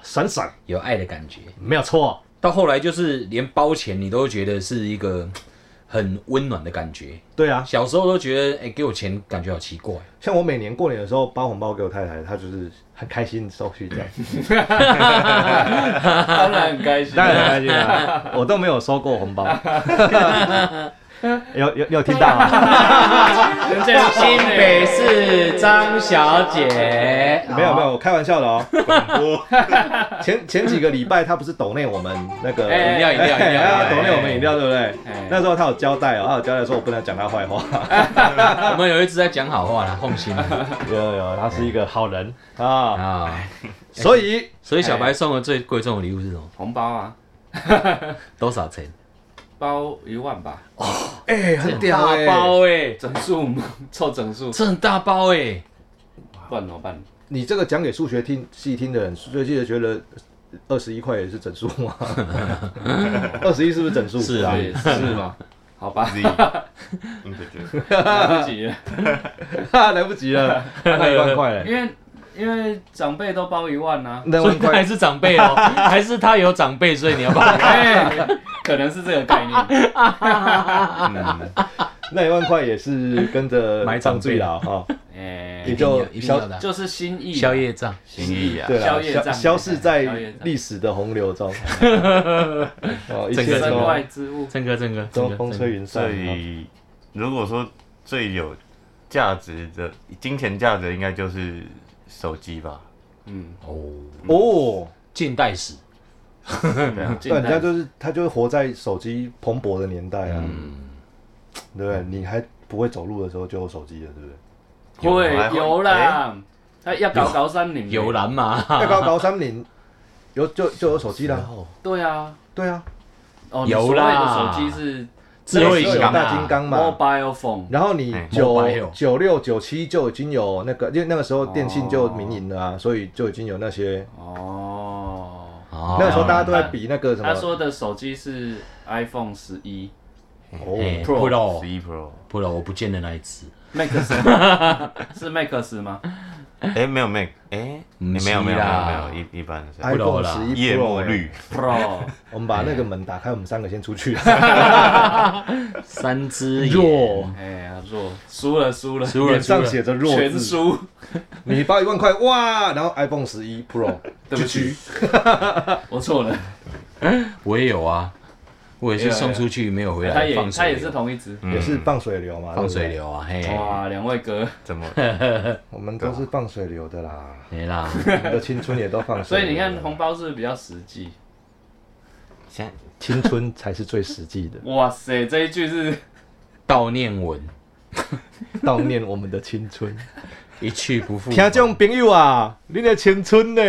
[SPEAKER 1] 爽爽，
[SPEAKER 3] 有爱的感觉。
[SPEAKER 1] 没有错。啊
[SPEAKER 3] 到后来就是连包钱你都觉得是一个很温暖的感觉。
[SPEAKER 1] 对啊，
[SPEAKER 3] 小时候都觉得，哎、给我钱感觉好奇怪，
[SPEAKER 1] 像我每年过年的时候包红包给我太太，她就是很开心收去这 样，
[SPEAKER 2] 当然很开心
[SPEAKER 1] 啊当，然很开心啊，我都没有收过红包， 有有有听到啊吗？
[SPEAKER 2] 人家有
[SPEAKER 5] 新北市张小姐，
[SPEAKER 1] 没有没有，我开玩笑的哦。前前几个礼拜他不是抖内我们那个
[SPEAKER 2] 哦哎
[SPEAKER 3] 饮料饮料饮
[SPEAKER 1] 哎
[SPEAKER 3] 料
[SPEAKER 1] 哎，抖内我们饮料对不对
[SPEAKER 2] 哎？
[SPEAKER 1] 那时候他有交代哦，他有交代说我不能讲他坏话。
[SPEAKER 3] 我们有一直在讲好话啦，放心
[SPEAKER 1] 有有有，他是一个好人啊，
[SPEAKER 3] 啊。
[SPEAKER 1] 所以
[SPEAKER 3] 所以小白送的最贵重的礼物是什么？
[SPEAKER 2] 红包啊，
[SPEAKER 3] 多少钱？
[SPEAKER 2] 包一万吧，
[SPEAKER 1] 哎很屌
[SPEAKER 3] 大
[SPEAKER 1] 哎，
[SPEAKER 3] 包哎，
[SPEAKER 2] 整数凑整数，
[SPEAKER 3] 这很大包哎，
[SPEAKER 2] 不然怎么办？
[SPEAKER 1] 你这个讲给数学听细听的人，数学系的觉得二十一块也是整数吗？二十一是不是整数？
[SPEAKER 3] 是啊
[SPEAKER 2] 对，是吧？好吧，
[SPEAKER 4] Z 嗯 integer
[SPEAKER 2] 来不及了，
[SPEAKER 1] 来不及了，那一万块嘞，
[SPEAKER 2] 因为因为长辈都包一万啊，
[SPEAKER 1] 那一
[SPEAKER 3] 所以
[SPEAKER 1] 万
[SPEAKER 3] 他还
[SPEAKER 1] 块
[SPEAKER 3] 是长辈哦，还是他有长辈，所以你要把
[SPEAKER 2] 哎，可能是这个概 念，
[SPEAKER 1] 那一万块也是跟着
[SPEAKER 3] 埋葬
[SPEAKER 1] 罪了哈，也
[SPEAKER 2] 哎，
[SPEAKER 1] 就
[SPEAKER 3] 一定
[SPEAKER 1] 消
[SPEAKER 3] 要的啊
[SPEAKER 2] 就是心意嘛，
[SPEAKER 3] 宵夜账。
[SPEAKER 4] 心意啊，
[SPEAKER 1] 对
[SPEAKER 2] 消
[SPEAKER 1] 了，
[SPEAKER 2] 业
[SPEAKER 1] 消
[SPEAKER 2] 障
[SPEAKER 1] 消逝在
[SPEAKER 2] 消业障
[SPEAKER 1] 历史的洪流中，哦，一
[SPEAKER 3] 整
[SPEAKER 1] 切
[SPEAKER 3] 个
[SPEAKER 2] 身
[SPEAKER 1] 都
[SPEAKER 2] 外之物，
[SPEAKER 3] 郑哥，郑哥，郑
[SPEAKER 1] 都
[SPEAKER 3] 哥，
[SPEAKER 1] 风吹云散啊
[SPEAKER 4] 所。以如果说最有价值的金钱价值，应该就是手机吧？
[SPEAKER 2] 嗯，
[SPEAKER 3] 哦，
[SPEAKER 1] 哦，
[SPEAKER 3] 近代史，
[SPEAKER 4] 对啊，
[SPEAKER 1] 对，人家就是他就是活在手机蓬勃的年代啊，对不对？你还不会走路的时候就有手机了，对不对？
[SPEAKER 2] 会
[SPEAKER 4] 还会
[SPEAKER 2] 有
[SPEAKER 1] 哎
[SPEAKER 2] 啦，他要搞高三零，
[SPEAKER 3] 游，览 嘛，
[SPEAKER 1] 要哎高高三零，有就就有手机啦。
[SPEAKER 2] 对啊，
[SPEAKER 1] 对啊，
[SPEAKER 2] 哦，你
[SPEAKER 3] 有
[SPEAKER 2] 所谓
[SPEAKER 3] 啦
[SPEAKER 2] 的手机是
[SPEAKER 3] 智慧
[SPEAKER 1] 那个
[SPEAKER 3] 型
[SPEAKER 1] 时候有
[SPEAKER 3] 啊
[SPEAKER 1] 大金刚嘛。
[SPEAKER 2] mobile phone，
[SPEAKER 1] 然后你
[SPEAKER 4] 哎
[SPEAKER 1] 九
[SPEAKER 3] mobile
[SPEAKER 1] 九六九七就已经有那个，因为那个时候电信就民营了啊，所以就已经有那些。
[SPEAKER 2] 哦，
[SPEAKER 3] 哦
[SPEAKER 1] 那个时候大家都在比那个什么
[SPEAKER 2] 他，说的手机是 iPhone 十一
[SPEAKER 1] 哦，
[SPEAKER 3] 哎
[SPEAKER 2] Pro
[SPEAKER 3] Pro
[SPEAKER 4] 十一 Pro，
[SPEAKER 3] Pro，我不见的那一只，
[SPEAKER 2] ，Max 是 Max 吗？
[SPEAKER 4] 哎，没有 Mac，哎，
[SPEAKER 3] 嗯
[SPEAKER 4] 你没有没有没
[SPEAKER 3] 是
[SPEAKER 4] 有
[SPEAKER 3] 啦
[SPEAKER 4] 没有一一般是
[SPEAKER 1] iPhone
[SPEAKER 3] 啦
[SPEAKER 1] 十一
[SPEAKER 4] 夜幕
[SPEAKER 1] Pro，
[SPEAKER 4] 绿
[SPEAKER 1] 哎，
[SPEAKER 2] Pro
[SPEAKER 1] 我们把那个门打开，我们三个先出去。
[SPEAKER 3] 三只眼
[SPEAKER 1] 弱，
[SPEAKER 2] 哎呀，弱，输了输了，
[SPEAKER 3] 输了
[SPEAKER 1] 脸
[SPEAKER 3] 输
[SPEAKER 1] 上
[SPEAKER 3] 了，
[SPEAKER 1] 写着弱
[SPEAKER 2] 全
[SPEAKER 1] 字，
[SPEAKER 2] 输，
[SPEAKER 1] 你包一万块哇，然后 iPhone 十一 Pro，
[SPEAKER 2] 对不起， 我错了，
[SPEAKER 3] 我也有啊，我也是送出去没有回
[SPEAKER 2] 他
[SPEAKER 3] 来，
[SPEAKER 2] 也
[SPEAKER 3] 放
[SPEAKER 2] 他
[SPEAKER 3] 水
[SPEAKER 2] 也是
[SPEAKER 3] 流，
[SPEAKER 2] 同一只，
[SPEAKER 4] 嗯
[SPEAKER 1] 也是放水流嘛，
[SPEAKER 3] 放水
[SPEAKER 1] 对
[SPEAKER 3] 流啊，嘿，
[SPEAKER 2] 哇，两位哥，
[SPEAKER 4] 怎 么？
[SPEAKER 1] 不对，我们都是放水流的啦，
[SPEAKER 3] 没啦，
[SPEAKER 1] 我们的青春也都放
[SPEAKER 2] 所
[SPEAKER 1] 水流
[SPEAKER 2] 以你
[SPEAKER 1] 了。
[SPEAKER 2] 看 红包是不是比较实际？
[SPEAKER 4] 现在
[SPEAKER 1] 青春才是最实 际的，
[SPEAKER 2] 哇塞，这一句是
[SPEAKER 3] 悼念文
[SPEAKER 1] 悼念我们的青 春。
[SPEAKER 3] 一去不复返。
[SPEAKER 1] 听众朋友啊，你的青春呢？